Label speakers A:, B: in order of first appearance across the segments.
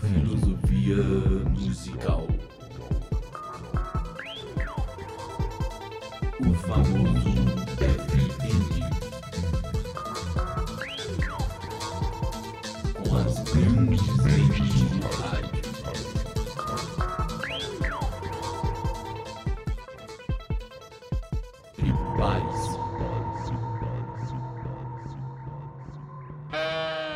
A: Filosofia musical. O famoso FND. Com as grandes mentes do rádio.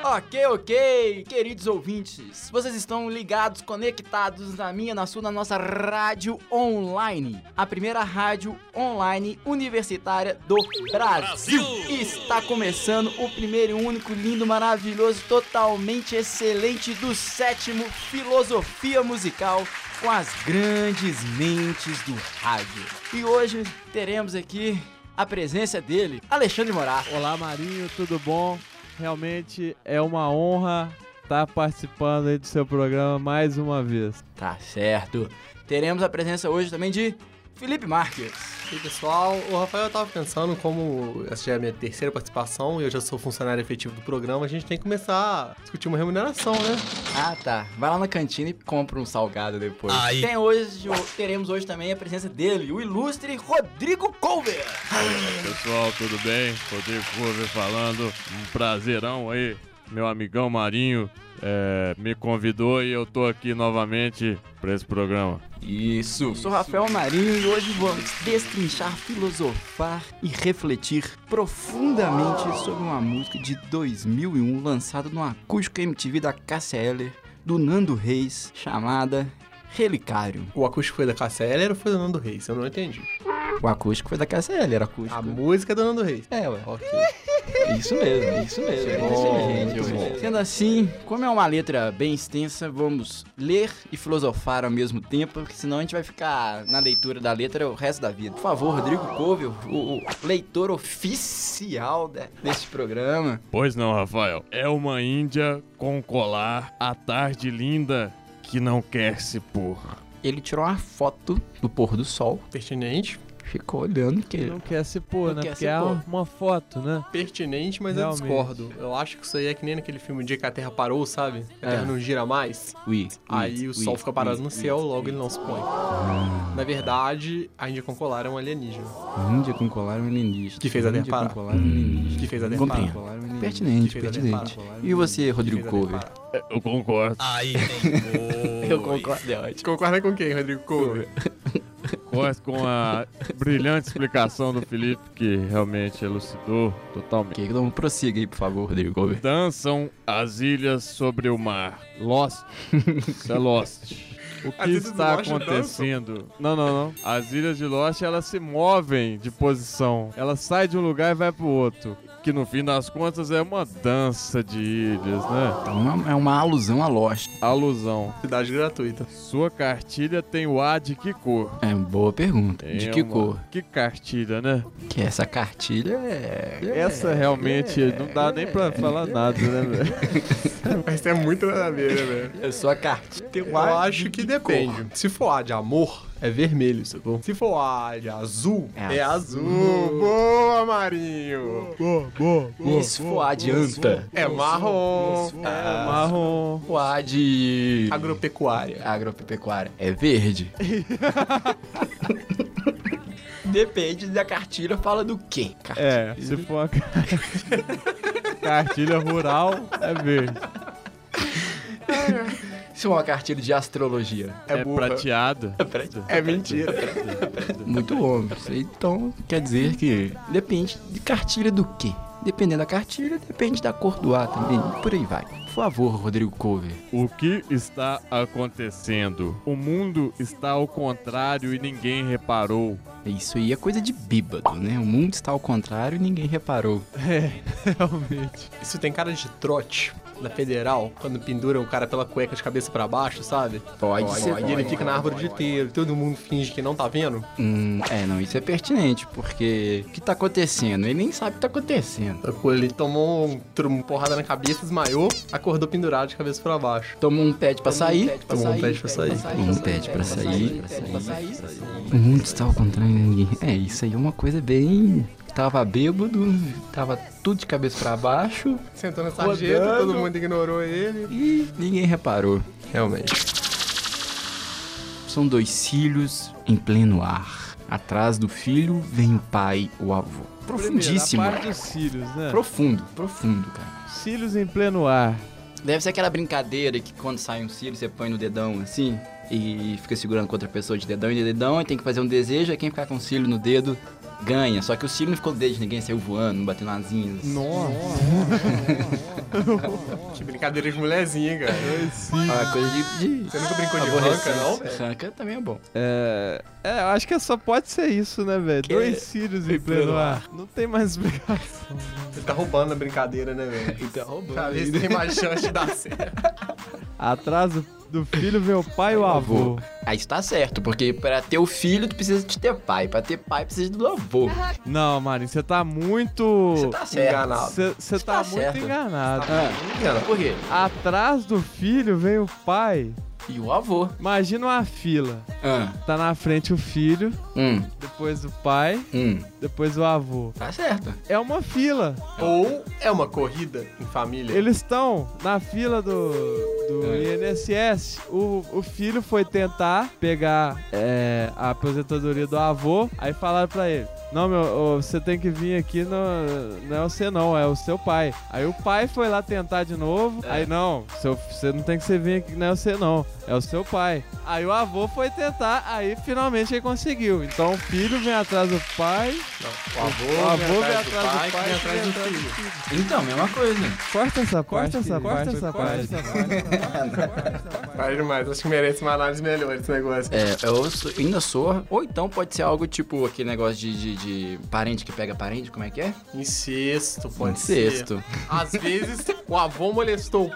B: Ok, ok, queridos ouvintes, vocês estão ligados, conectados na minha, na sua, na nossa rádio online. A primeira rádio online universitária do Brasil. Está começando o primeiro e único, lindo, maravilhoso, totalmente excelente do sétimo Filosofia Musical com as grandes mentes do rádio. E hoje teremos aqui a presença dele, Alexandre Morar.
C: Olá Marinho, tudo bom? Realmente é uma honra estar participando aí do seu programa mais uma vez.
B: Tá certo. Teremos a presença hoje também de Felipe Marques.
D: E aí, pessoal, o Rafael tava pensando como essa já é a minha terceira participação e eu já sou funcionário efetivo do programa, a gente tem que começar a discutir uma remuneração, né?
B: Ah, tá. Vai lá na cantina e compra um salgado depois.
A: Aí.
B: Tem hoje, teremos hoje também a presença dele, o ilustre Rodrigo Colver.
E: Pessoal, tudo bem? Rodrigo Cover falando. Um prazerão aí. Meu amigão Marinho eh, me convidou e eu tô aqui novamente pra esse programa.
B: Isso. Sou Rafael Marinho e hoje vamos destrinchar, filosofar e refletir profundamente sobre uma música de 2001 lançada no acústico MTV da Cássia Eller, do Nando Reis, chamada Relicário.
D: O acústico foi da Cássia Eller ou foi do Nando Reis? Eu não entendi.
B: O acústico foi da Cássia Eller, era acústico.
D: A música é do Nando Reis.
B: É, ué.
D: Ok.
B: É Isso mesmo, é isso mesmo. é
D: Muito
B: isso
D: bom,
B: mesmo,
D: muito
B: gente.
D: bom.
B: Sendo assim, como é uma letra bem extensa, vamos ler e filosofar ao mesmo tempo, porque senão a gente vai ficar na leitura da letra o resto da vida. Por favor, Rodrigo Couve, o, o leitor oficial de- deste programa.
E: Pois não, Rafael. É uma Índia com um colar, a tarde linda que não quer se pôr.
B: Ele tirou uma foto do pôr do sol,
D: Pertinente.
B: ficou olhando que
C: Não quer se pôr,
B: Não
C: né?
B: quer
C: Porque
B: se
C: é
B: pôr.
C: uma foto, né?
D: Pertinente, mas
C: Realmente.
D: eu discordo. Eu acho que isso aí é que nem naquele filme o dia que a Terra parou, sabe? Que A
B: É.
D: Terra não gira mais.
B: Ui,
D: Aí o sol fica parado no céu, logo ele não se põe. Na verdade, a Índia com colar é um alienígena.
B: Índia com colar um alienígena.
D: Que fez a
B: Índia
D: Índia com
B: com
D: Nepara.
B: colar alienígena.
D: Que fez a Terra
B: Compreendo.
D: parar. Que
B: Pertinente,
D: fez a
B: pertinente.
D: Nepara.
B: E você,
D: Que
B: Rodrigo
D: fez a
B: Couve?
D: Terra parar.
E: É, Eu concordo.
B: Eu concordo, é ótimo.
D: Concorda com quem, Rodrigo Couve?
E: Concordo com a brilhante explicação do Felipe, que realmente elucidou totalmente.
B: Ok, então prossiga aí, por favor, Rodrigo Couve.
E: Dançam as ilhas sobre o mar. Lost. Isso é Lost. O
D: As
E: que
D: ilhas
E: está
D: do Lost
E: acontecendo? Não, não, não. As ilhas de Lost, elas se movem de posição. Elas saem de um lugar e vai pro outro. Que no fim das contas é uma dança de ilhas, né?
B: Então é uma- é uma alusão a Lost.
E: Alusão.
D: Cidade gratuita.
E: Sua cartilha tem o A de que cor?
B: É uma boa pergunta. De
E: É
B: que
E: uma-
B: cor?
E: Que cartilha, né?
B: Que essa cartilha é.
E: Essa realmente
D: é,
E: não dá nem pra falar nada, né, velho?
D: Mas tem muito nada a ver, né, velho?
B: É só a cartilha.
D: Eu acho que depende. Se for A de amor, é vermelho, sacou? Se for A de azul,
B: É
D: é, azul. Boa, Marinho!
B: Isso for a de anta.
D: É marrom. É,
B: Ah,
C: Marrom.
B: for a de.
D: Agropecuária.
B: Agropecuária. É verde. Depende da cartilha, fala do quê? Cartilha.
E: É, se for uma cartilha, cartilha rural, é verde.
B: Se for é uma cartilha de astrologia.
E: É,
D: burra.
E: prateado.
D: É mentira.
B: Muito bom. isso aí, Então, quer dizer que depende de cartilha do quê? Dependendo da cartilha, depende da cor do ar também. Por aí vai. Por favor, Rodrigo Cover.
E: O que está acontecendo? O mundo está ao contrário e ninguém reparou.
B: Isso aí é coisa de bíbado, né? O mundo está ao contrário e ninguém reparou.
C: Realmente.
D: Isso tem cara de trote na federal, quando penduram o cara pela cueca de cabeça pra baixo, sabe?
B: Pode
D: Aí
B: ser.
D: ele fica na árvore o dia inteiro, todo mundo finge que não tá vendo.
B: Hum, é, não, isso é pertinente, porque o que tá acontecendo? Ele nem sabe o que tá acontecendo.
D: Sacou? Ele tomou um, tru- uma porrada na cabeça, desmaiou, acordou pendurado de cabeça pra baixo.
B: Tomou um pad pra sair.
D: Tomou um pede pra sair.
B: Tomou um pad pra sair. O mundo está ao contrário e ninguém. É, isso aí é uma coisa bem. Tava bêbado, tava tudo de cabeça pra baixo
D: Sentou na sarjeta, todo mundo ignorou ele.
B: e ninguém reparou.
D: realmente.
B: São dois filhos em pleno ar. Atrás do filho vem o pai, o avô. Profundíssimo.
E: Primeiro, a parte dos cílios, né?
B: Profundo, profundo, cara.
E: Cílios em pleno ar.
B: Deve ser aquela brincadeira que quando sai um cílio você põe no dedão assim e fica segurando com outra pessoa de dedão em dedão e tem que fazer um desejo. E quem ficar com o cílio no dedo ganha. Só que o cílio não ficou no dedo de ninguém, saiu voando, batendo asinhas.
D: Que brincadeira de mulherzinha, cara.
B: É uma coisa de. de...
D: Você nunca brincou de
B: aborrecente.
D: ranca, não, velho?
B: Ranca também é bom.
E: É, é, eu acho que só pode ser isso, né, velho?
B: Que-
E: Dois cílios em pleno ar. Não tem mais explicação.
D: Você tá roubando a brincadeira, né, velho?
B: Tá roubando.
D: Pra ver se tem mais chance de dar certo.
E: Atrás do, do filho vem o pai e o avô.
B: Aí está certo, porque pra ter o filho tu precisa de ter pai, pra ter pai precisa do avô.
E: Não, Marinho, você tá muito.
B: Você tá certo.
D: Enganado.
E: Você você tá,
B: tá
E: muito
B: certo. tá
E: enganado. É.
D: Cara,
B: Por quê?
E: Atrás do filho vem o pai.
B: E o avô.
E: Imagina uma fila.
B: Ah,
E: Tá na frente o filho,
B: hum,
E: depois o pai,
B: hum.
E: depois o avô.
B: Tá certo.
E: É uma fila.
D: Ou é uma corrida em família.
E: Eles estão na fila do, do
B: É.
E: INSS. O, o filho foi tentar pegar é, a aposentadoria do avô. Aí falaram pra ele: Não, meu, ô, você tem que vir aqui, no, não é você não, é o seu pai. Aí o pai foi lá tentar de novo. Aí não, seu- você não tem que você vir aqui, não é você não, é o seu pai. Aí o avô foi tentar, aí finalmente ele conseguiu. Então o filho vem atrás do pai.
D: Não, o avô,
E: O avô vem
D: do
E: atrás do
D: pai, que
E: pai,
D: vem
E: que
D: atrás
E: vem
D: do
E: atrás do
D: filho.
B: Então, mesma coisa.
E: Corta essa parte,
F: essa
E: corta
F: parte,
E: essa
F: corta
E: parte.
F: essa
D: Faz demais, acho que merece uma análise melhor esse negócio.
B: É, eu sou- ainda sou. Ou então pode ser algo tipo aquele negócio de, de, de parente que pega parente, como é que é?
D: Incesto, pode ser.
B: Incesto.
D: Às vezes, o avô molestou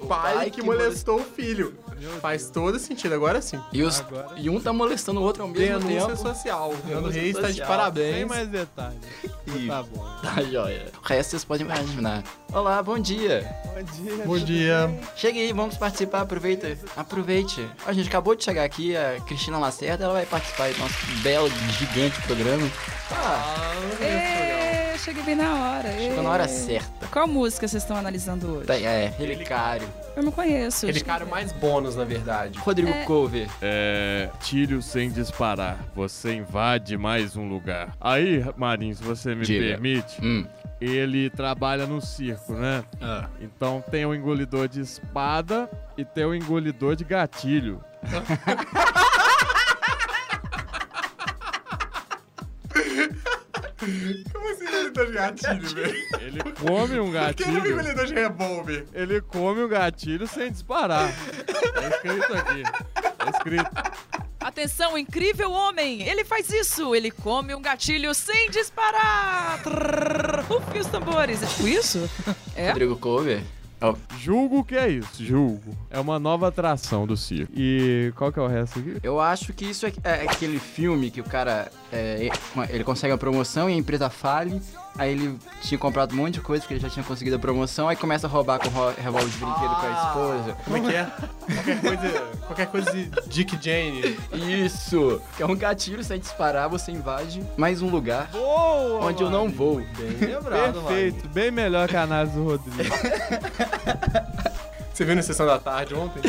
D: o pai,
B: pai
D: que,
B: que
D: molestou o filho. Faz todo sentido, agora sim.
B: E, os, e um tá molestando o outro ao mesmo
D: Denúncia
B: tempo.
D: social. Leandro Reis tá de
B: social.
E: Sem
D: parabéns.
E: mais detalhes.
B: E-
E: Tá bom.
B: Tá joia. O resto vocês podem imaginar. Olá, bom dia.
E: Bom dia.
D: Bom dia.
B: Chega aí, vamos participar, aproveita. Aproveite. A gente acabou de chegar aqui, a Cristina Lacerda, ela vai participar do nosso belo, gigante programa. Ah,
F: Ê, cheguei bem na hora. ê.
B: chegou na hora certa.
F: Qual música vocês estão analisando hoje?
B: Tá, é, Relicário.
F: Eu não conheço.
D: Ele cara mais bônus, na verdade.
B: Rodrigo Cover.
G: É. Tiro sem disparar. Você invade mais um lugar. Aí, Marinho, se você me
B: Diga.
G: permite,
B: Hum.
G: ele trabalha no circo, né?
B: Ah.
G: Então tem o engolidor de espada e tem o engolidor de gatilho.
D: Como assim vendedor de gatilho, velho? é
G: Ele come um gatilho.
D: vendedor de revólver?
G: Ele come o gatilho sem disparar. É escrito aqui. É escrito.
F: Atenção, incrível homem! Ele faz isso! Ele come um gatilho sem disparar! Trrr, Rufem os tambores! É tipo isso? É?
B: Rodrigo Cover.
G: Julgo que é isso, julgo.
E: É uma nova atração do circo. E qual que é o resto aqui?
B: Eu acho que isso é, é aquele filme que o cara, é, ele consegue a promoção e a empresa fale, aí ele tinha comprado um monte de coisa que ele já tinha conseguido a promoção, aí começa a roubar com ro- revólver de brinquedo com a esposa.
D: Como é que é? Qualquer coisa, qualquer coisa de Dick Jane.
B: Isso! É um gatilho, sem disparar, você invade mais um lugar
E: Boa!
B: onde eu não vou.
D: Bem lembrado,
E: Perfeito, bem melhor que a análise do Rodrigo.
D: mano. Você viu na Sessão da Tarde ontem?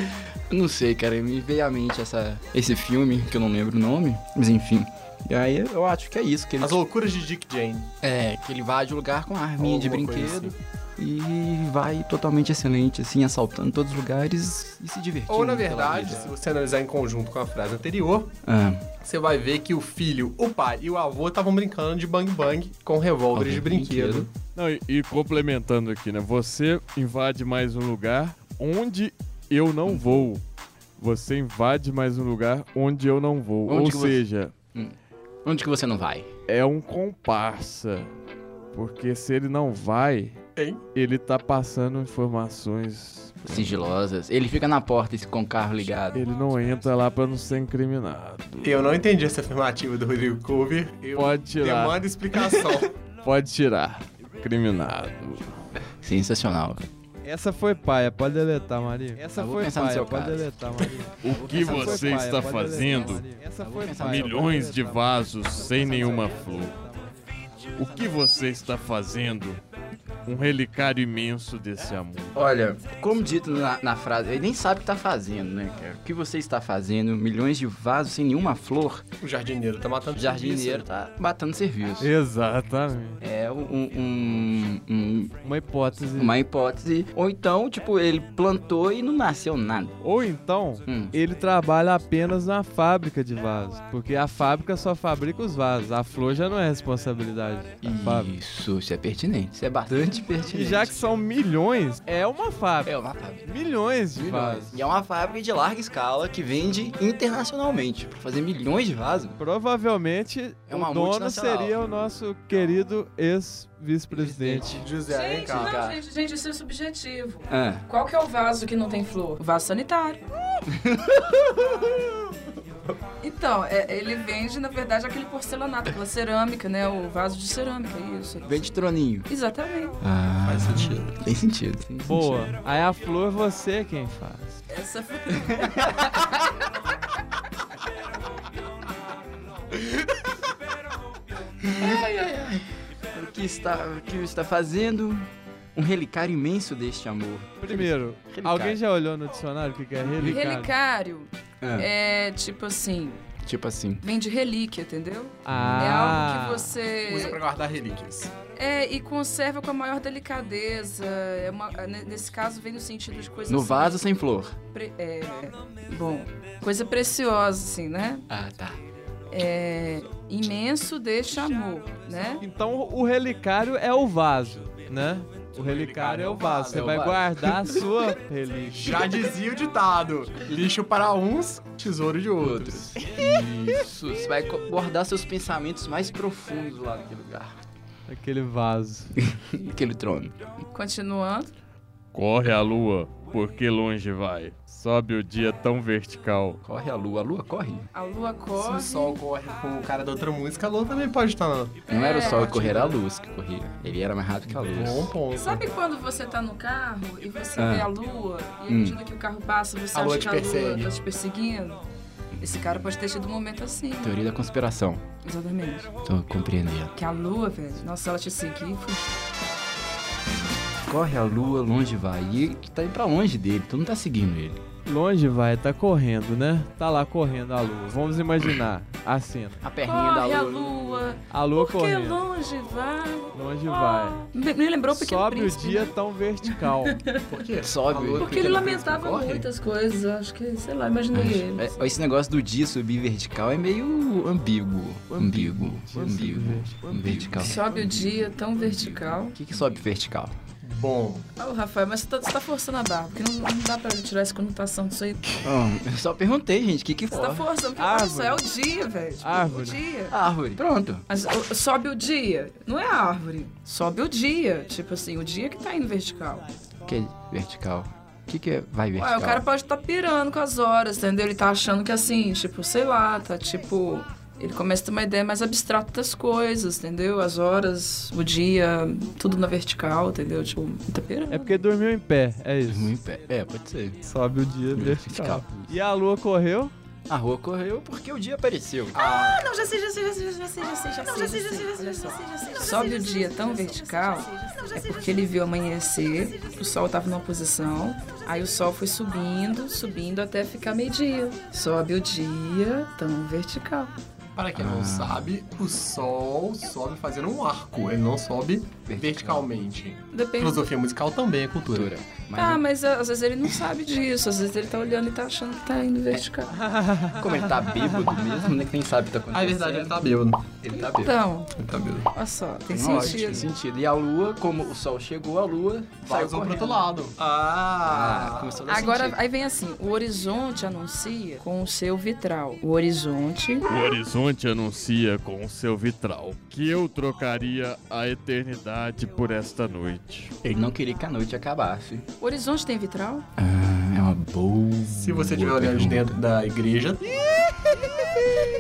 B: Eu Não sei, cara, me veio à mente essa, esse filme, que eu não lembro o nome, mas enfim. E aí eu acho que é isso, que ele,
D: As loucuras de Dick Jane.
B: é, que ele invade o lugar com a arminha de
D: Alguma coisa
B: brinquedo.
E: assim.
B: E vai totalmente excelente, assim, assaltando todos os lugares e se divertindo.
D: Ou, na
B: pela
D: verdade,
B: vida.
E: assim,
D: se você analisar em conjunto com a frase anterior,
B: Ah,
D: você vai ver que o filho, o pai e o avô estavam brincando de bang bang com revólveres de brinquedo.
G: Não, e, e complementando aqui, né? Você invade mais um lugar onde eu
E: Uhum.
G: não vou. Você invade mais um lugar onde eu não vou.
B: Onde
G: Ou
B: que você-
G: seja,
B: onde que você não vai?
G: é um comparsa. Porque se ele não vai,
D: Hein?
G: ele tá passando informações.
B: Sigilosas. Ele fica na porta esse com o carro ligado.
G: Ele não entra lá pra não ser incriminado.
D: Eu não entendi essa afirmativa do Rodrigo Cover. Eu
G: Pode tirar.
D: demando explicação.
G: Pode tirar. Incriminado.
B: Sensacional.
E: Essa foi paia, pode deletar, Maria. Essa
B: Eu vou
E: foi
B: pensar no
E: paia,
B: seu
E: pode
B: caso.
E: deletar, Maria.
G: O que
E: Essa foi
G: você
E: paia,
G: está
E: pode deletar,
G: fazendo?
E: Maria. Essa
B: Eu vou
E: foi
B: pensar no
E: paia,
B: seu
E: pode
G: Milhões de
E: deletar,
G: vasos sem nenhuma
E: Maria.
G: flor. O que você está fazendo? um relicário imenso desse amor.
B: Olha, como dito na, na frase, ele nem sabe o que tá fazendo, né, cara? O que você está fazendo? Milhões de vasos sem nenhuma flor.
D: O jardineiro tá matando
B: O jardineiro tá matando serviço.
E: Exatamente.
B: É um- um- um-
E: Uma hipótese.
B: uma hipótese. Ou então, tipo, ele plantou e não nasceu nada.
E: Ou então,
B: Hum.
E: ele trabalha apenas na fábrica de vasos. Porque a fábrica só fabrica os vasos. A flor já não é responsabilidade da fábrica.
B: Isso, isso é pertinente. Isso é bastante
E: E
B: pertinente.
E: já que são milhões, é uma fábrica.
B: É uma fábrica.
E: Milhões de vasos.
B: E é uma fábrica de larga escala que vende internacionalmente pra fazer milhões de vasos.
E: Provavelmente
B: É uma
E: o dono
B: multinacional.
E: seria o nosso querido ex-vice-presidente.
D: José, hein,
F: Gente,
D: cara?
F: não,
B: cara.
F: gente, gente, isso é subjetivo.
B: Ah,
F: Qual que é o vaso que não tem flor? O vaso sanitário. então, é- ele vende, na verdade, aquele porcelanato, aquela cerâmica, né? O vaso de cerâmica, isso.
B: vende troninho.
F: Exatamente.
B: Ah,
D: Faz sentido.
B: tem sentido. Tem sentido.
E: Boa. Aí a flor você é quem faz.
F: Essa foi...
B: O que está, o que está fazendo um relicário imenso deste amor?
E: Primeiro,
B: Relicário.
E: alguém já olhou no dicionário o que que é relicário?
F: Relicário
B: Ah,
F: é tipo assim,
B: Tipo assim.
F: vem de relíquia, entendeu? É
E: Ah,
F: algo que
D: Usa pra
F: você
D: guardar relíquias.
F: é e conserva com a maior delicadeza. É uma- ne- nesse caso vem no sentido de coisa
B: No
F: assim,
B: vaso sem flor.
F: pre- é, bom, coisa preciosa assim, né?
B: Ah, tá.
F: é, imenso deste amor, né?
E: Então o relicário é o vaso, né? O relicário é o vaso. Você
B: é o
E: vai
B: vaso.
E: guardar a sua relíquia.
D: Já dizia o ditado: lixo para uns, tesouro de outros.
B: Isso, você vai co- guardar seus pensamentos mais profundos lá naquele lugar.
E: Aquele vaso.
B: Naquele trono.
F: Continuando.
G: Corre a lua, porque longe vai. Sobe o dia tão vertical.
B: Corre a lua. A lua corre?
F: A lua
D: Se o
F: corre.
D: sol corre com o cara da outra música, a lua também pode estar. na-
B: Não era o
F: É,
B: sol que correr, era a luz que corria. Ele era mais rápido que a luz.
D: Bom ponto.
F: Sabe quando você tá no carro e você
B: Ah.
F: vê a lua e à
B: Hum.
F: medida que o carro passa você
D: A lua
F: acha
D: te
F: que a
D: persegue.
F: lua tá te perseguindo? Esse cara pode ter tido um momento assim.
B: Teoria da conspiração.
F: Exatamente.
B: Tô compreendendo.
F: Que a lua, velho, nossa, ela te seguir. foi-
B: Corre a lua, longe vai. E ele tá indo pra longe dele, tu não tá seguindo ele.
E: Longe vai, tá correndo, né? Tá lá correndo a lua. Vamos imaginar a cena.
B: A perninha
F: Corre
B: da
F: a
B: lua.
F: lua,
E: A lua
F: porque
E: correndo.
F: longe vai.
E: Longe
F: Ah. Me me lembrou
E: vai.
F: o Pequeno
E: Sobe o
F: Príncipe,
E: dia
F: né?
E: tão vertical.
D: Por quê?
B: Sobe.
D: A lua
F: Porque
D: pequena
F: ele
D: príncipe
F: lamentava
D: corre?
F: muitas coisas, acho que, sei lá, imaginei ele.
B: É, Esse negócio do dia subir vertical é meio ambíguo. Ambíguo. Ambíguo.
E: é.
B: Vertical.
F: Sobe o dia tão vertical.
B: O que, que sobe vertical?
D: Bom,
F: Ô, Rafael, mas você tá, você tá forçando a barra, porque não, não dá pra tirar essa conotação disso aí. Você
B: Ah, eu só perguntei, gente, o que que
F: Hum. tá
B: sobe?
F: forçando, porque
E: Árvore.
F: olha só, é o dia, velho. Tipo,
E: Árvore.
F: O dia.
B: Árvore. Pronto.
F: Mas, o- sobe o dia, não é a árvore. Sobe o dia, tipo assim, o dia que tá indo vertical.
B: O que é vertical? O que, que é vai vertical?
F: Ué, o cara pode estar pirando com as horas, entendeu? Ele tá achando que assim, tipo, sei lá, tá tipo. Ele começa a ter uma ideia mais abstrata das coisas, entendeu? As horas, o dia, tudo na vertical, entendeu? Tipo, ele tá pirando.
E: É porque dormiu em pé, é
B: Ruim
E: isso.
B: em pé. É, pode ser.
E: Sobe o dia
B: Vertical.
E: vertical. E a lua correu?
B: A rua correu porque o dia apareceu.
F: Ah, não, já sei, já sei, já sei, já sei, já sei, já sei. já sei, já sei, já sei, já sei, já sei, já sei. Sobe o dia tão vertical, é porque ele viu amanhecer, o sol tava numa posição, aí o sol foi subindo, subindo até ficar meio-dia. Sobe o dia tão vertical.
D: para quem não sabe, o sol sobe fazendo um arco, ele não sobe verticalmente.
F: Depende.
D: Filosofia musical também é cultura.
B: Cultura.
F: Ah,
B: Mas
F: mas às vezes ele não sabe disso, às vezes ele tá olhando e tá achando que tá indo vertical.
B: como ele tá bêbado mesmo, né? Que nem sabe o que tá
D: Ah, é
B: acontecendo.
D: verdade, ele tá bêbado.
B: Ele tá bêbado.
F: Então,
D: Ele tá bêbado.
F: olha só, tem
B: Lógico, tem
F: sentido.
B: sentido. E a lua, como o sol chegou, a lua saiu
D: Vazou um pro
B: correndo.
D: outro lado.
B: Ah,
D: Ah,
B: começou a dar
F: Agora,
B: sentido.
F: aí vem assim, o horizonte anuncia com o seu vitral. O horizonte
G: O horizonte anuncia com o seu vitral que eu trocaria a eternidade por esta noite.
B: Ele não queria que a noite acabasse.
F: O horizonte tem vitral?
B: Ah, é uma boa.
D: Se você estiver olhando de dentro da igreja,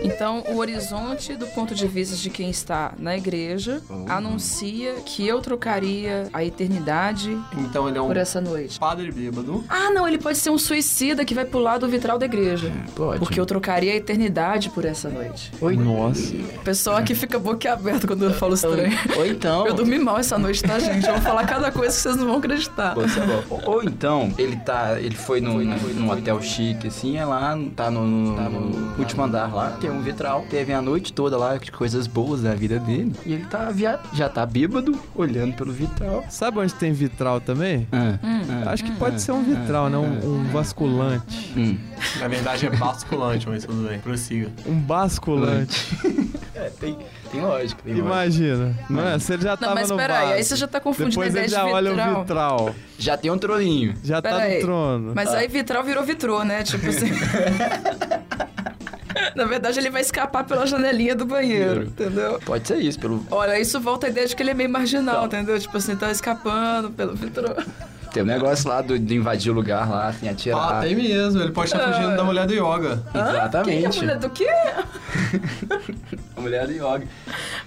F: Então, o horizonte do ponto de vista de quem está na igreja
B: Uhum.
F: anuncia que eu trocaria a eternidade
D: Então ele é um
F: por essa noite.
D: padre bêbado.
F: Ah, não, ele pode ser um suicida que vai pular do vitral da igreja.
E: É,
B: Pode.
F: Porque eu trocaria a eternidade por essa noite.
B: Oi.
E: Nossa.
F: O pessoal aqui fica boquiaberto quando eu falo estranho.
B: Ou então.
F: Eu dormi mal essa noite, tá, gente? Eu vou falar cada coisa que vocês não vão acreditar.
B: Pô, isso é bom. Ou ou então, ele tá. Ele foi no, no- num hotel chique, assim, é lá, tá no, no- no último andar lá, tem um vitral, teve a noite toda lá de coisas boas da vida dele. E ele tá via, já tá bêbado, olhando pelo vitral.
E: Sabe onde tem vitral também?
B: Ah, ah,
E: Acho que pode ser um vitral, né? Um, um basculante.
B: hum.
D: Na verdade é basculante, mas tudo bem. Prossiga.
E: Um basculante.
B: É, tem, tem lógica. Tem lógica.
E: Imagina. Não é? Se ele já
F: Não,
E: tava
F: mas
E: no
F: peraí,
E: vaso,
F: aí você já tá confundindo a
E: Depois
F: ideia
E: ele
F: de
E: já olha o
F: vitral.
E: vitral.
B: Já tem um troninho.
E: Já tá
F: Peraí.
E: no trono.
F: Mas aí vitral virou vitrô, né? Tipo assim. Na verdade, ele vai escapar pela janelinha do banheiro, entendeu?
B: Pode ser isso, pelo.
F: Olha, isso volta à ideia de que ele é meio marginal, entendeu? Tipo assim, tá escapando pelo vitrô.
B: Tem um negócio lá do, de invadir o lugar lá, assim,
D: Ah,
B: atirar.
D: tem mesmo. Ele pode estar fugindo da mulher do yoga.
F: Quem que é
B: Exatamente.
F: mulher do quê?
B: a mulher do yoga.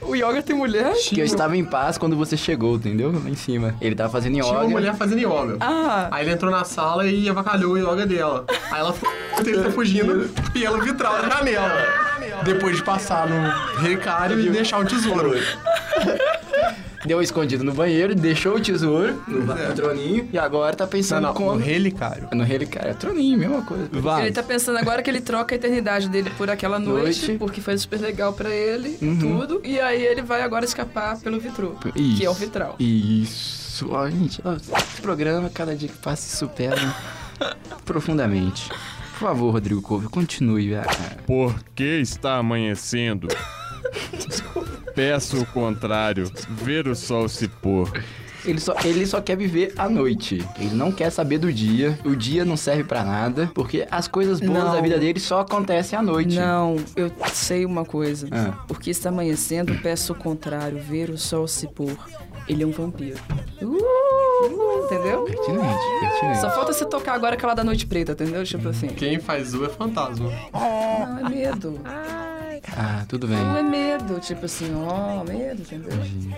F: O yoga tem mulher?
B: Que eu estava em paz quando você chegou, entendeu? Lá em cima. Ele tava fazendo
F: Tipo
D: Tinha uma
B: yoga.
D: mulher fazendo yoga.
F: Ah,
D: Aí ele entrou na sala e avacalhou o yoga dela. Aí ela ficou tenta fugindo pelo vitral da janela. Depois de passar no recário e deixar um tesouro.
B: Deu escondido no banheiro, deixou o tesouro no, no troninho e agora tá
D: Não,
B: pensando
D: é. não,
B: como.
D: no relicário.
B: No rei, cara, é troninho, mesma coisa.
E: Vaso.
F: ele tá pensando agora que ele troca a eternidade dele por aquela noite, Uhum.
B: Noite.
F: porque foi super legal pra ele, tudo. E aí ele vai agora escapar pelo vitrô, que é o vitral.
B: Isso, ó, gente, ó, esse programa, cada dia que passa, se supera profundamente. Por favor, Rodrigo Couve, continue. ah, ah.
G: Por que está amanhecendo? Peço o contrário, ver o sol se pôr.
B: Ele só, ele só quer viver à noite. Ele não quer saber do dia. O dia não serve pra nada, porque as coisas boas
F: Não.
B: da vida dele só acontecem à noite.
F: Não, eu sei uma coisa.
B: Ah.
F: Porque está amanhecendo, peço o contrário, ver o sol se pôr. Ele é um vampiro. Uh, entendeu?
B: Pertinente, pertinente.
F: Só falta você tocar agora aquela da noite preta, entendeu? Tipo assim.
D: Quem faz U é fantasma.
F: Não, é medo.
B: Ah, tudo bem.
F: Não é medo. Tipo assim, ó, medo, entendeu?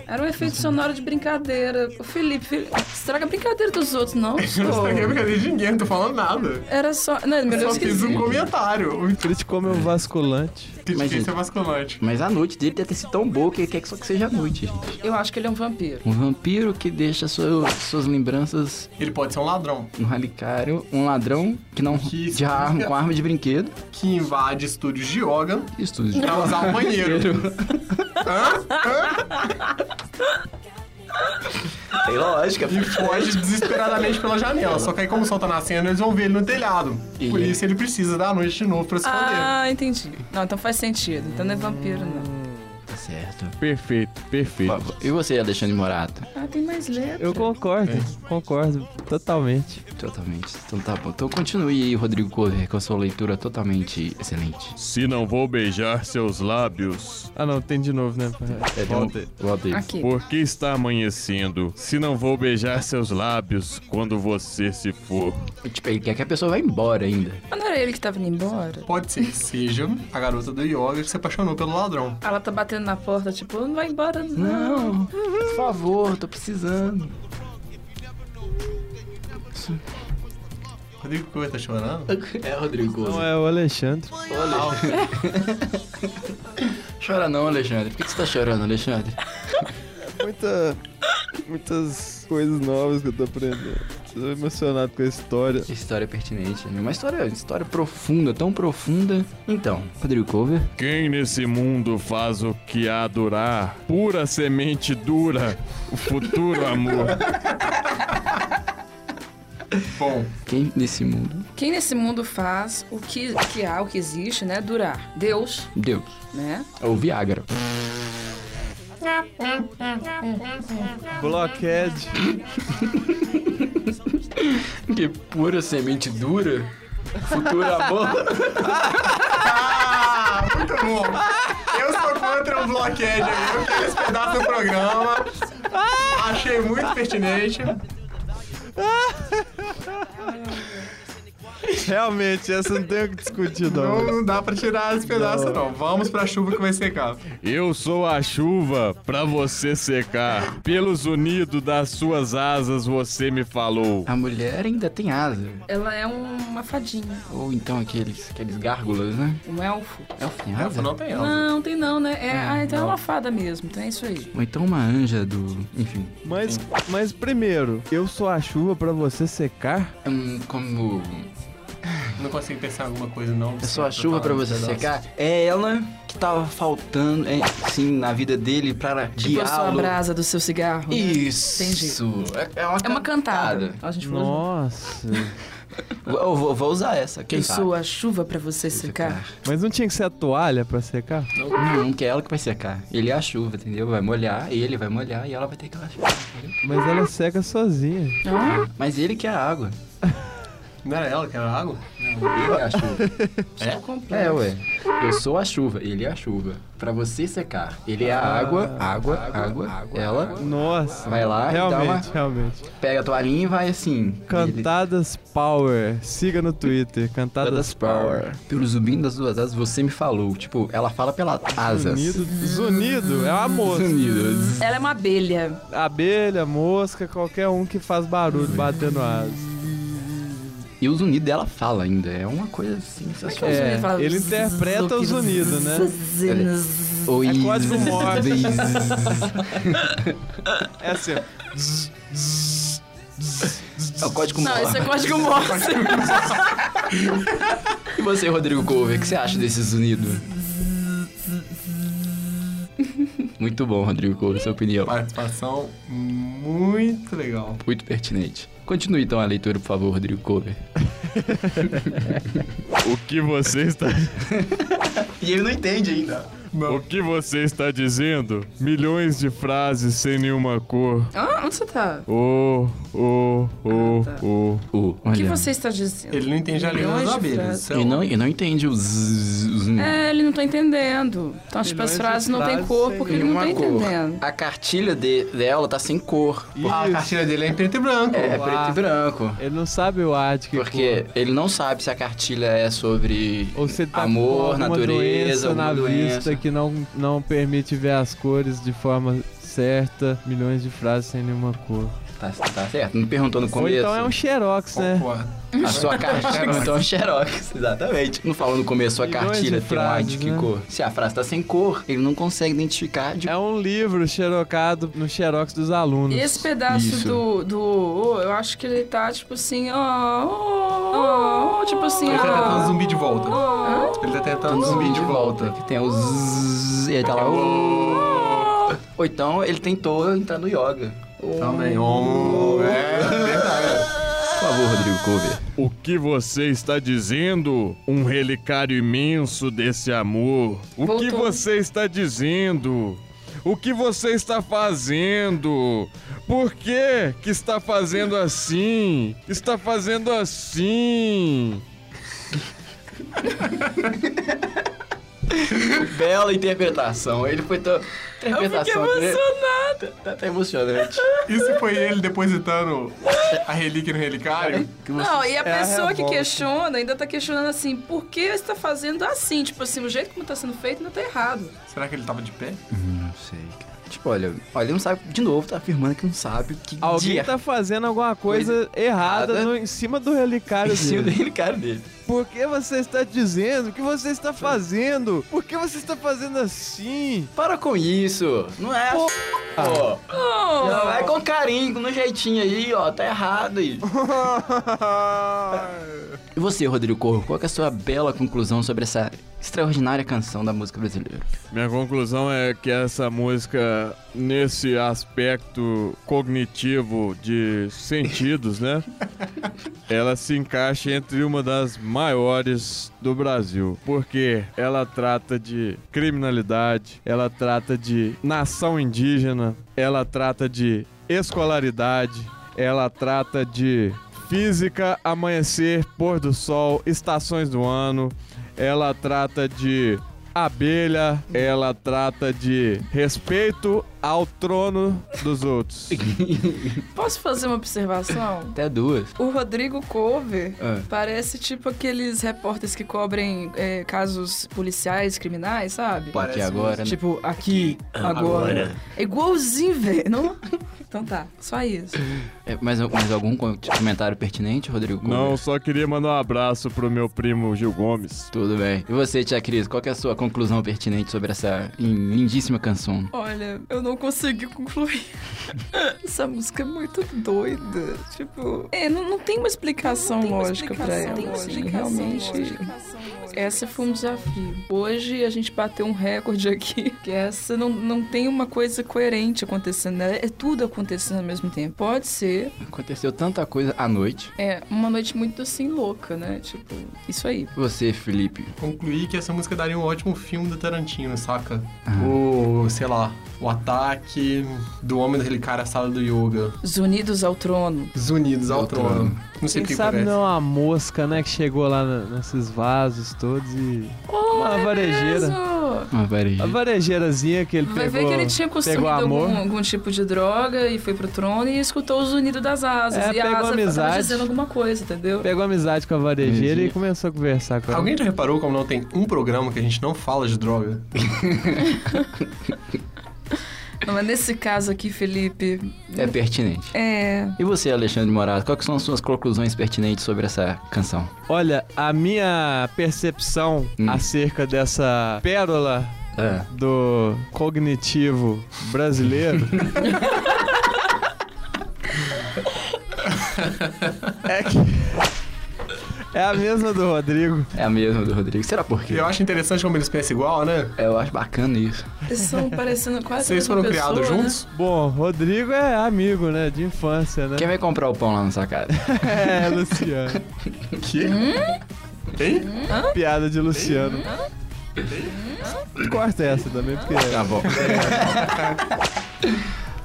F: Era um efeito sonoro de brincadeira. O Felipe, Felipe, estraga a brincadeira dos outros, não,
D: Não
F: sou.
D: peguei é brincadeira de ninguém, não tô falando nada.
F: Era só. Não, meu
D: Só
F: Deus,
D: fiz um
F: esqueci.
D: comentário. O é
E: Criticou meu vasculante.
D: critiquei
B: gente-
D: seu vasculante.
B: Mas a noite dele deve ter sido tão boa que ele quer que só que seja a noite, gente.
F: Eu acho que ele é um vampiro.
B: Um vampiro que deixa sua- suas lembranças
D: Ele pode ser um ladrão
B: no ralicário. Um ladrão que não.
D: Que
B: de arma, com arma de brinquedo.
D: que invade estúdios de yoga
B: Isso tudo.
D: pra usar o banheiro. Hã?
B: Tem lógica.
D: E foge desesperadamente pela janela. Só que aí, como o sol tá nascendo, eles vão ver ele no telhado. Por
B: E-
D: isso ele precisa da noite de novo pra se esconder.
F: Ah, entendi. Não, então faz sentido. Então não é vampiro, não.
B: Tá certo.
G: Perfeito, perfeito.
B: E você, Alexandre Morata?
F: Ah, tem mais letra.
E: Eu concordo, concordo totalmente.
B: Totalmente. Então tá bom. Então continue aí, Rodrigo Correr, com a sua leitura é totalmente excelente.
G: Se não vou beijar seus lábios,
E: Ah não, tem de novo, né? Volta.
B: Volta aí.
F: Aqui.
G: por que está amanhecendo? Se não vou beijar seus lábios quando você se for.
B: Tipo, ele quer que a pessoa vá embora ainda.
F: Mas não era ele que tava indo embora?
D: Pode ser que seja a garota do yoga que se apaixonou pelo ladrão.
F: Ela tá batendo na porta, tipo, não vai embora, não.
B: Não, por favor, tô precisando.
D: Rodrigo Coelho tá chorando?
B: É, Rodrigo
E: Não
B: Correr.
E: é o Alexandre.
B: Chora não, Alexandre. Por que que você tá chorando, Alexandre?
E: Muita, muitas coisas novas que eu tô aprendendo. Tô emocionado com a história.
B: História pertinente, né? uma história, história profunda, tão profunda. Então, Rodrigo Cover,
G: Quem nesse mundo faz o que há durar? Pura semente dura, o futuro amor.
D: Bom,
B: quem nesse mundo?
F: Quem nesse mundo faz o que, que há, o que existe, né? Durar. Deus,
B: Deus,
F: né?
B: é o Viagra.
E: Blockhead.
B: Que pura semente dura. Futuro amor.
D: Ah, muito bom. Eu sou contra o bloqueio, eu quero esse pedaço do programa. Achei muito pertinente.
E: Realmente, essa não tem o que discutir,
D: Não,
E: não.
D: não dá pra tirar esse pedaço, não. Vamos pra chuva que vai secar.
G: Eu sou a chuva pra você secar. Pelos unidos das suas asas você me falou.
B: A mulher ainda tem asa.
F: Ela é um- uma fadinha,
B: Ou então aqueles, aqueles gárgulas, né?
F: um elfo.
B: Elfo tem
D: Essa
B: asa?
D: não tem ela.
F: Não, tem não, né? É, ah, então é uma fada mesmo, então é isso aí.
B: Ou então uma anja do... Enfim.
E: Mas, mas primeiro, eu sou a chuva pra você secar?
B: Hum, como...
D: Não consigo pensar em alguma coisa, não.
B: É só a chuva pra
D: falar
B: você
D: desse
B: secar. É ela que tava faltando, é, sim, na vida dele para
F: Tipo, eu sou a
B: diálogo.
F: brasa do seu cigarro. né?
B: Isso. É,
F: É uma cantada. A gente falou junto.
E: Nossa.
B: Eu vou, vou usar essa. Quem
F: Eu
B: sabe?
F: sou a chuva pra você é secar.
E: Mas não tinha que ser a toalha pra secar?
B: Não, que é ela que vai secar. Ele é a chuva, entendeu? Vai molhar, ele vai molhar e ela vai ter aquela chuva.
E: Mas ela seca sozinha.
F: Ah,
B: Mas ele que é a água.
D: negócio. Não era ela que era água?
B: Ele é a chuva.
F: é? complexo.
B: é, ué. Eu sou a chuva, ele é a chuva. Pra você secar, ele é a água, água, água. ela
E: Nossa.
B: vai lá e dá
E: Realmente,
B: uma...
E: realmente.
B: Pega a toalhinha e vai assim.
E: Cantadas Power. Siga no Twitter, Cantadas Power.
B: Pelo zumbindo das duas asas, você me falou. Tipo, ela fala pelas asas.
E: Zunido, zunido é uma mosca.
B: Zunidos.
F: Ela é uma abelha.
E: Abelha, mosca, qualquer um que faz barulho batendo asa.
B: E o zunido dela fala ainda. É uma coisa sensacional.
E: É, ele interpreta os unidos, né?
B: Oi,
E: É quase um
B: zunidos.
E: É assim, ó.
B: É o código
F: Não,
B: Morse.
F: isso é código Morse.
B: E você, Rodrigo Couve, o que você acha desse zunido? Muito bom, Rodrigo Couve, sua opinião.
D: Participação muito legal.
B: Muito pertinente. Continue então a leitura, por favor, Rodrigo Couve.
G: O que você está,
B: E ele não entende ainda.
G: o que você está dizendo? Milhões de frases sem nenhuma cor.
F: Ah, onde você tá?
G: Oh, oh, oh,
F: Ah, tá.
G: oh.
F: O que você está dizendo?
D: Ele não entende a língua
F: Milhões
D: das
F: de
D: abelhas. é
F: frases.
B: Ele não, ele não entende o zzz, o zunido.
F: É, ele não tá entendendo. Então, tipo,
E: Milhões
F: as
E: de
F: frases não tem
E: frases
F: cor
E: sem
F: porque ele não tá entendendo.
B: A cartilha de- dela tá sem cor.
D: Ah, a cartilha dele é em preto e branco.
B: É preto e branco.
E: Ele não sabe o ad que
B: Porque ele não sabe se a cartilha é sobre
E: Ou se ele tá
B: amor,
E: com alguma
B: natureza,
E: doença
B: alguma
E: na
B: doença.
E: vista que não, não permite ver as cores de forma certa, milhões de frases sem nenhuma cor.
B: Tá, tá certo? Não perguntou no
E: Ou
B: começo?
E: então é um xerox, né?
D: Concordo.
B: A sua cartilha. então é um xerox, exatamente. Não falou no começo a
E: Milhões
B: cartilha
E: de
B: tem um ar de
E: frases,
B: que
E: né?
B: cor. Se a frase tá sem cor, ele não consegue identificar de
E: É um livro xerocado no xerox dos alunos.
F: Esse pedaço
B: Isso.
F: do, do oh, eu acho que ele tá, tipo assim, ó, oh, oh, oh, tipo assim,
D: Ele tá tentando
F: ó.
D: zumbi de volta. Ele tá tentando zumbi de volta.
B: que tem o zzz, e ele tá lá. "Oh". Ou então ele tentou entrar no yoga.
D: Também. Oh, é verdade.
B: Por favor, Rodrigo Cover.
G: O que você está dizendo? Um relicário imenso desse amor. O
F: Voltou.
G: que você está dizendo? O que você está fazendo? Por que que está fazendo assim? Está fazendo assim?
B: Bela interpretação. Ele foi tão. Interpretação.
F: Eu fiquei
B: dele- Tá, tá emocionante.
D: Isso foi ele depositando a relíquia no relicário?
F: Não, e
E: É
F: a
E: a
F: pessoa que
E: revolta.
F: questiona ainda tá questionando assim, por que você tá fazendo assim? Tipo assim, o jeito como tá sendo feito não tá errado.
D: Será que ele tava de pé?
B: Não sei, cara. Tipo, olha, olha, ele não sabe. De novo, tá afirmando que não sabe o que
E: Alguém
B: dia.
E: tá fazendo alguma coisa errada
B: errada.
E: no- em cima do relicário
B: em cima
E: dele.
B: dele, cara dele.
E: Por que você está dizendo? O que você está fazendo? Por que você está fazendo assim?
B: Para com isso. Não é. Pô. Ah. Não, vai com carinho, no jeitinho aí, ó. Tá errado aí. E você, Rodrigo Corro, qual que é a sua bela conclusão sobre essa extraordinária canção da música brasileira?
G: Minha conclusão é que essa música, nesse aspecto cognitivo de sentidos, né? Ela se encaixa entre uma das maiores do Brasil. Porque ela trata de criminalidade, ela trata de nação indígena, ela trata de escolaridade, ela trata de física, amanhecer, pôr do sol, estações do ano, ela trata de abelha, ela trata de respeito ao trono dos outros.
F: Posso fazer uma observação?
B: Até duas.
F: O Rodrigo Couve
B: Ah.
F: parece tipo aqueles repórteres que cobrem é, casos policiais, criminais, sabe?
D: Parece
B: Aqui agora, né?
F: Tipo, aqui, agora.
B: Agora.
F: É igualzinho, velho. não? Então tá, só isso.
B: É, mas, mas algum com- comentário pertinente, Rodrigo? Cunha?
G: Não, só queria mandar um abraço pro meu primo Gil Gomes.
B: Tudo bem. E você, tia Cris, qual que é a sua conclusão pertinente sobre essa lin- lindíssima canção?
F: Olha, eu não consegui concluir. Essa música é muito doida. Tipo, é, não, não tem uma explicação lógica pra ela. assim, realmente. Essa foi um desafio. Hoje a gente bateu um recorde aqui, que essa não, não tem uma coisa coerente acontecendo, né? É tudo acontecendo ao mesmo tempo. Pode ser,
B: Aconteceu tanta coisa à noite.
F: é, uma noite muito assim louca, né? Tipo, isso aí.
B: Você, Felipe.
D: Concluí que essa música daria um ótimo filme do Tarantino, saca? O, sei lá, o ataque do homem relicar a sala do yoga.
F: Os Unidos ao trono.
D: Os Unidos ao
B: Ao
D: trono.
B: trono.
D: Não sei
E: Quem
D: porque
E: sabe
D: parece.
E: não a mosca, né, que chegou lá na- nesses vasos todos e...
F: Oh,
E: Uma
F: é
E: varejeira.
F: Isso!
B: Uma parede.
E: A varejeirazinha que ele
F: Vai
E: pegou...
F: ver que ele tinha consumido
E: pegou amor.
F: algum, algum tipo de droga e foi pro trono e escutou os Unidos das Asas.
E: É,
F: e
E: pegou
F: a asa tava
E: amizade.
F: dizendo alguma coisa, entendeu?
E: Pegou amizade com a varejeira e começou a conversar com ela.
D: Alguém já reparou como não tem um programa que a gente não fala de droga?
F: Não, mas nesse caso aqui, Felipe,
B: É pertinente.
F: é.
B: E você, Alexandre de Moraes, quais que são as suas conclusões pertinentes sobre essa canção?
E: Olha, a minha percepção
B: Hum.
E: acerca dessa pérola
B: É.
E: do cognitivo brasileiro. é que- É a mesma do Rodrigo.
B: É a mesma do Rodrigo. Será por quê?
D: Eu acho interessante como eles pensam igual, né?
B: É, Eu acho bacana isso.
F: Eles estão parecendo quase.
D: Vocês
F: a mesma
D: foram criados
E: né?
F: pessoa, né?
D: juntos?
E: Bom, Rodrigo é amigo, né? De infância, né?
B: Quem vai comprar o pão lá na sacada?
E: É, Luciano.
D: Que? Hein?
E: Piada de Luciano. Corta essa também, porque.
B: Tá bom.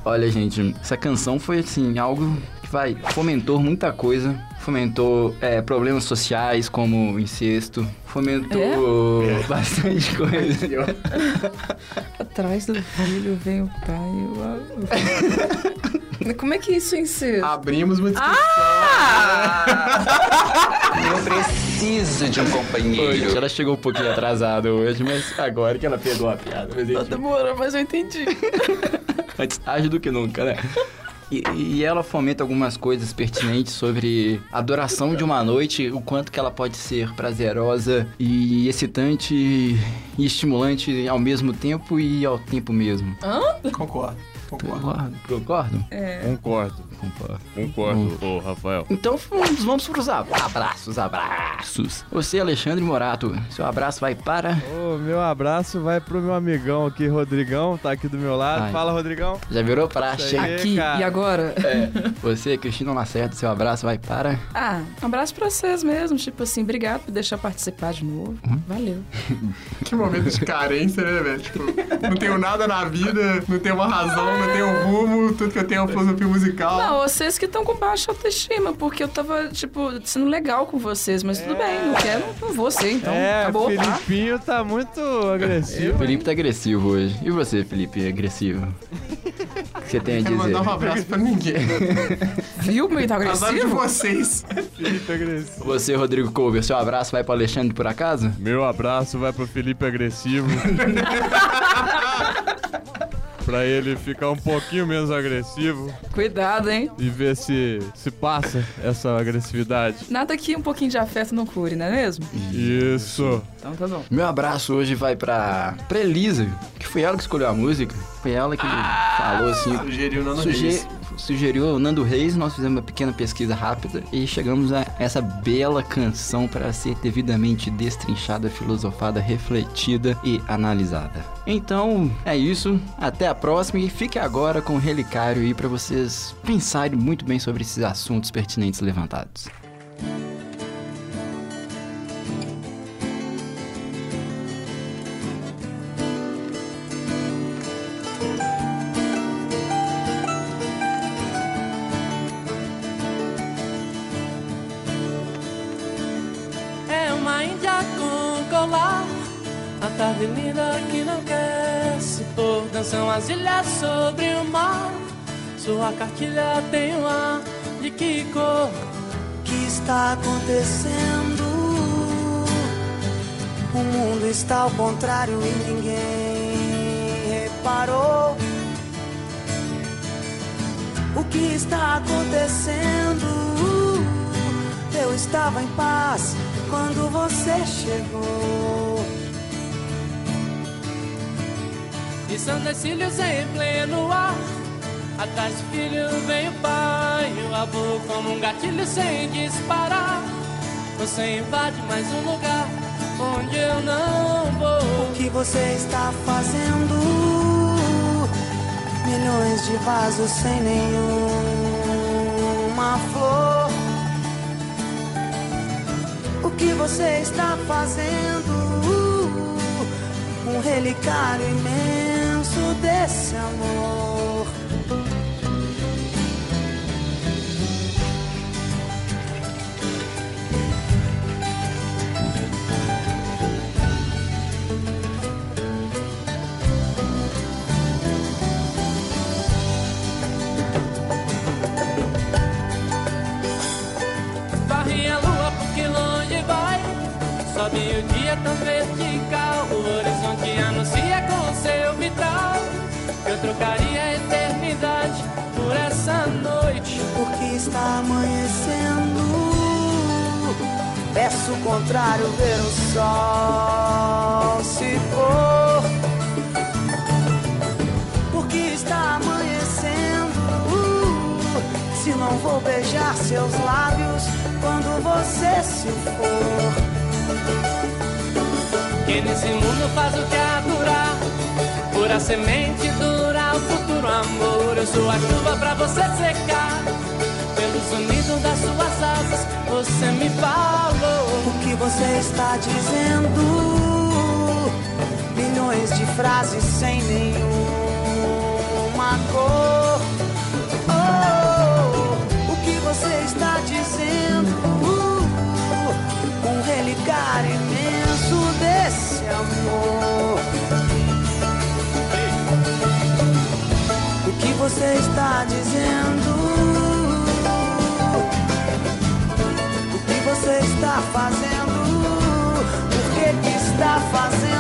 B: Olha, gente, essa canção foi assim, algo que vai, fomentou muita coisa. Fomentou é, problemas sociais como incesto. Fomentou bastante coisa.
F: Atrás do filho vem o pai. Eu... amo. Como é que isso é incesto?
E: Ah,
D: Abrimos uma discussão.
B: Eu preciso de um companheiro. Ela chegou um pouquinho atrasada hoje, mas agora que ela pegou a piada. Mas então,
F: Tá
B: enfim.
F: demorando, mas eu entendi.
B: Antes tarde do que nunca, né? E, e ela fomenta algumas coisas pertinentes sobre a adoração de uma noite, o quanto que ela pode ser prazerosa e excitante e estimulante ao mesmo tempo e ao tempo mesmo.
D: Concordo.
B: Ah.
D: Concordo.
B: Concordo. Concordo?
F: É.
G: Concordo,
B: Concordo.
G: concordo, ô Rafael.
B: Então vamos, vamos pros ab- abraços, abraços. Você, Alexandre Morato, seu abraço vai para...
E: Ô, meu abraço vai pro meu amigão aqui, Rodrigão, tá aqui do meu lado.
B: Ai.
E: Fala, Rodrigão.
B: Já virou praxe.
E: Isso aí.
F: Aqui
E: cara.
F: e agora?
B: Você, Cristina Lacerda, seu abraço vai para...
F: Ah, um abraço pra vocês mesmo. Tipo assim, obrigado por deixar participar de novo.
E: Uhum.
F: Valeu.
D: Que momento de carência, né, velho? Tipo, não tenho nada na vida, não tenho uma razão, não tenho um rumo, tudo que eu tenho é uma filosofia musical.
F: Não, vocês que estão com baixa autoestima, porque eu tava, tipo, sendo legal com vocês, mas tudo bem, não quero, não vou ser, então
E: é,
F: acabou. tá?
E: Filipinho tá muito agressivo.
B: Felipe tá agressivo hoje. E você, Felipe, agressivo? O que você tem a
D: Quero
B: dizer?
D: mandar um abraço pra ninguém.
F: Viu como ele tá
D: Azar de
F: agressivo?
D: vocês.
E: Felipe agressivo.
B: Você, Rodrigo Couber, seu abraço vai pro Alexandre por acaso?
G: Meu abraço vai pro Felipe Agressivo. pra ele ficar um pouquinho menos agressivo
F: Cuidado, hein?
G: e ver se se passa essa agressividade.
F: Nada que um pouquinho de afeto não cure, não é mesmo?
G: Isso.
F: Então tá bom.
B: Meu abraço hoje vai pra, pra Elisa, que foi ela que escolheu a música. Foi ela que falou assim.
D: Sugeriu não
B: suge- Sugeriu o Nando Reis, nós fizemos uma pequena pesquisa rápida e chegamos a essa bela canção para ser devidamente destrinchada, filosofada, refletida e analisada. Então é isso, até a próxima e fique agora com o relicário aí para vocês pensarem muito bem sobre esses assuntos pertinentes levantados.
H: É uma índia com colar A tarde linda que não quer antecipou. Dançam as ilhas sobre o mar. Sua cartilha tem um ar de que cor?
I: que está acontecendo? O mundo está ao contrário e ninguém reparou. O que está acontecendo? Eu estava em paz quando você chegou.
H: E são dois filhos em pleno ar. Atrás do filho vem o pai, e o avô como um gatilho sem disparar. Você invade mais um lugar onde eu não vou.
I: O que você está fazendo? Milhões de vasos sem nenhuma flor. O que você está fazendo? Um relicário imenso desse amor.
H: Varre a lua porque longe vai. Sobe o dia tão vertical. O horizonte anuncia com seu vital. Eu trocaria a eternidade por essa noite.
I: Porque está amanhecendo. Peço o contrário ver o sol se for. Porque está amanhecendo. Se não vou beijar seus lábios quando você se for.
H: Que nesse mundo faz o que adorar Pura semente dura o futuro amor Eu sou a chuva pra você secar Pelo sonido das suas asas Você me falou
I: O que você está dizendo? Milhões de frases sem nenhuma cor. Oh, o que você está dizendo? Um relicário imenso desse amor. O que você está dizendo? O que você está fazendo? assim? Por que, que está fazendo? assim?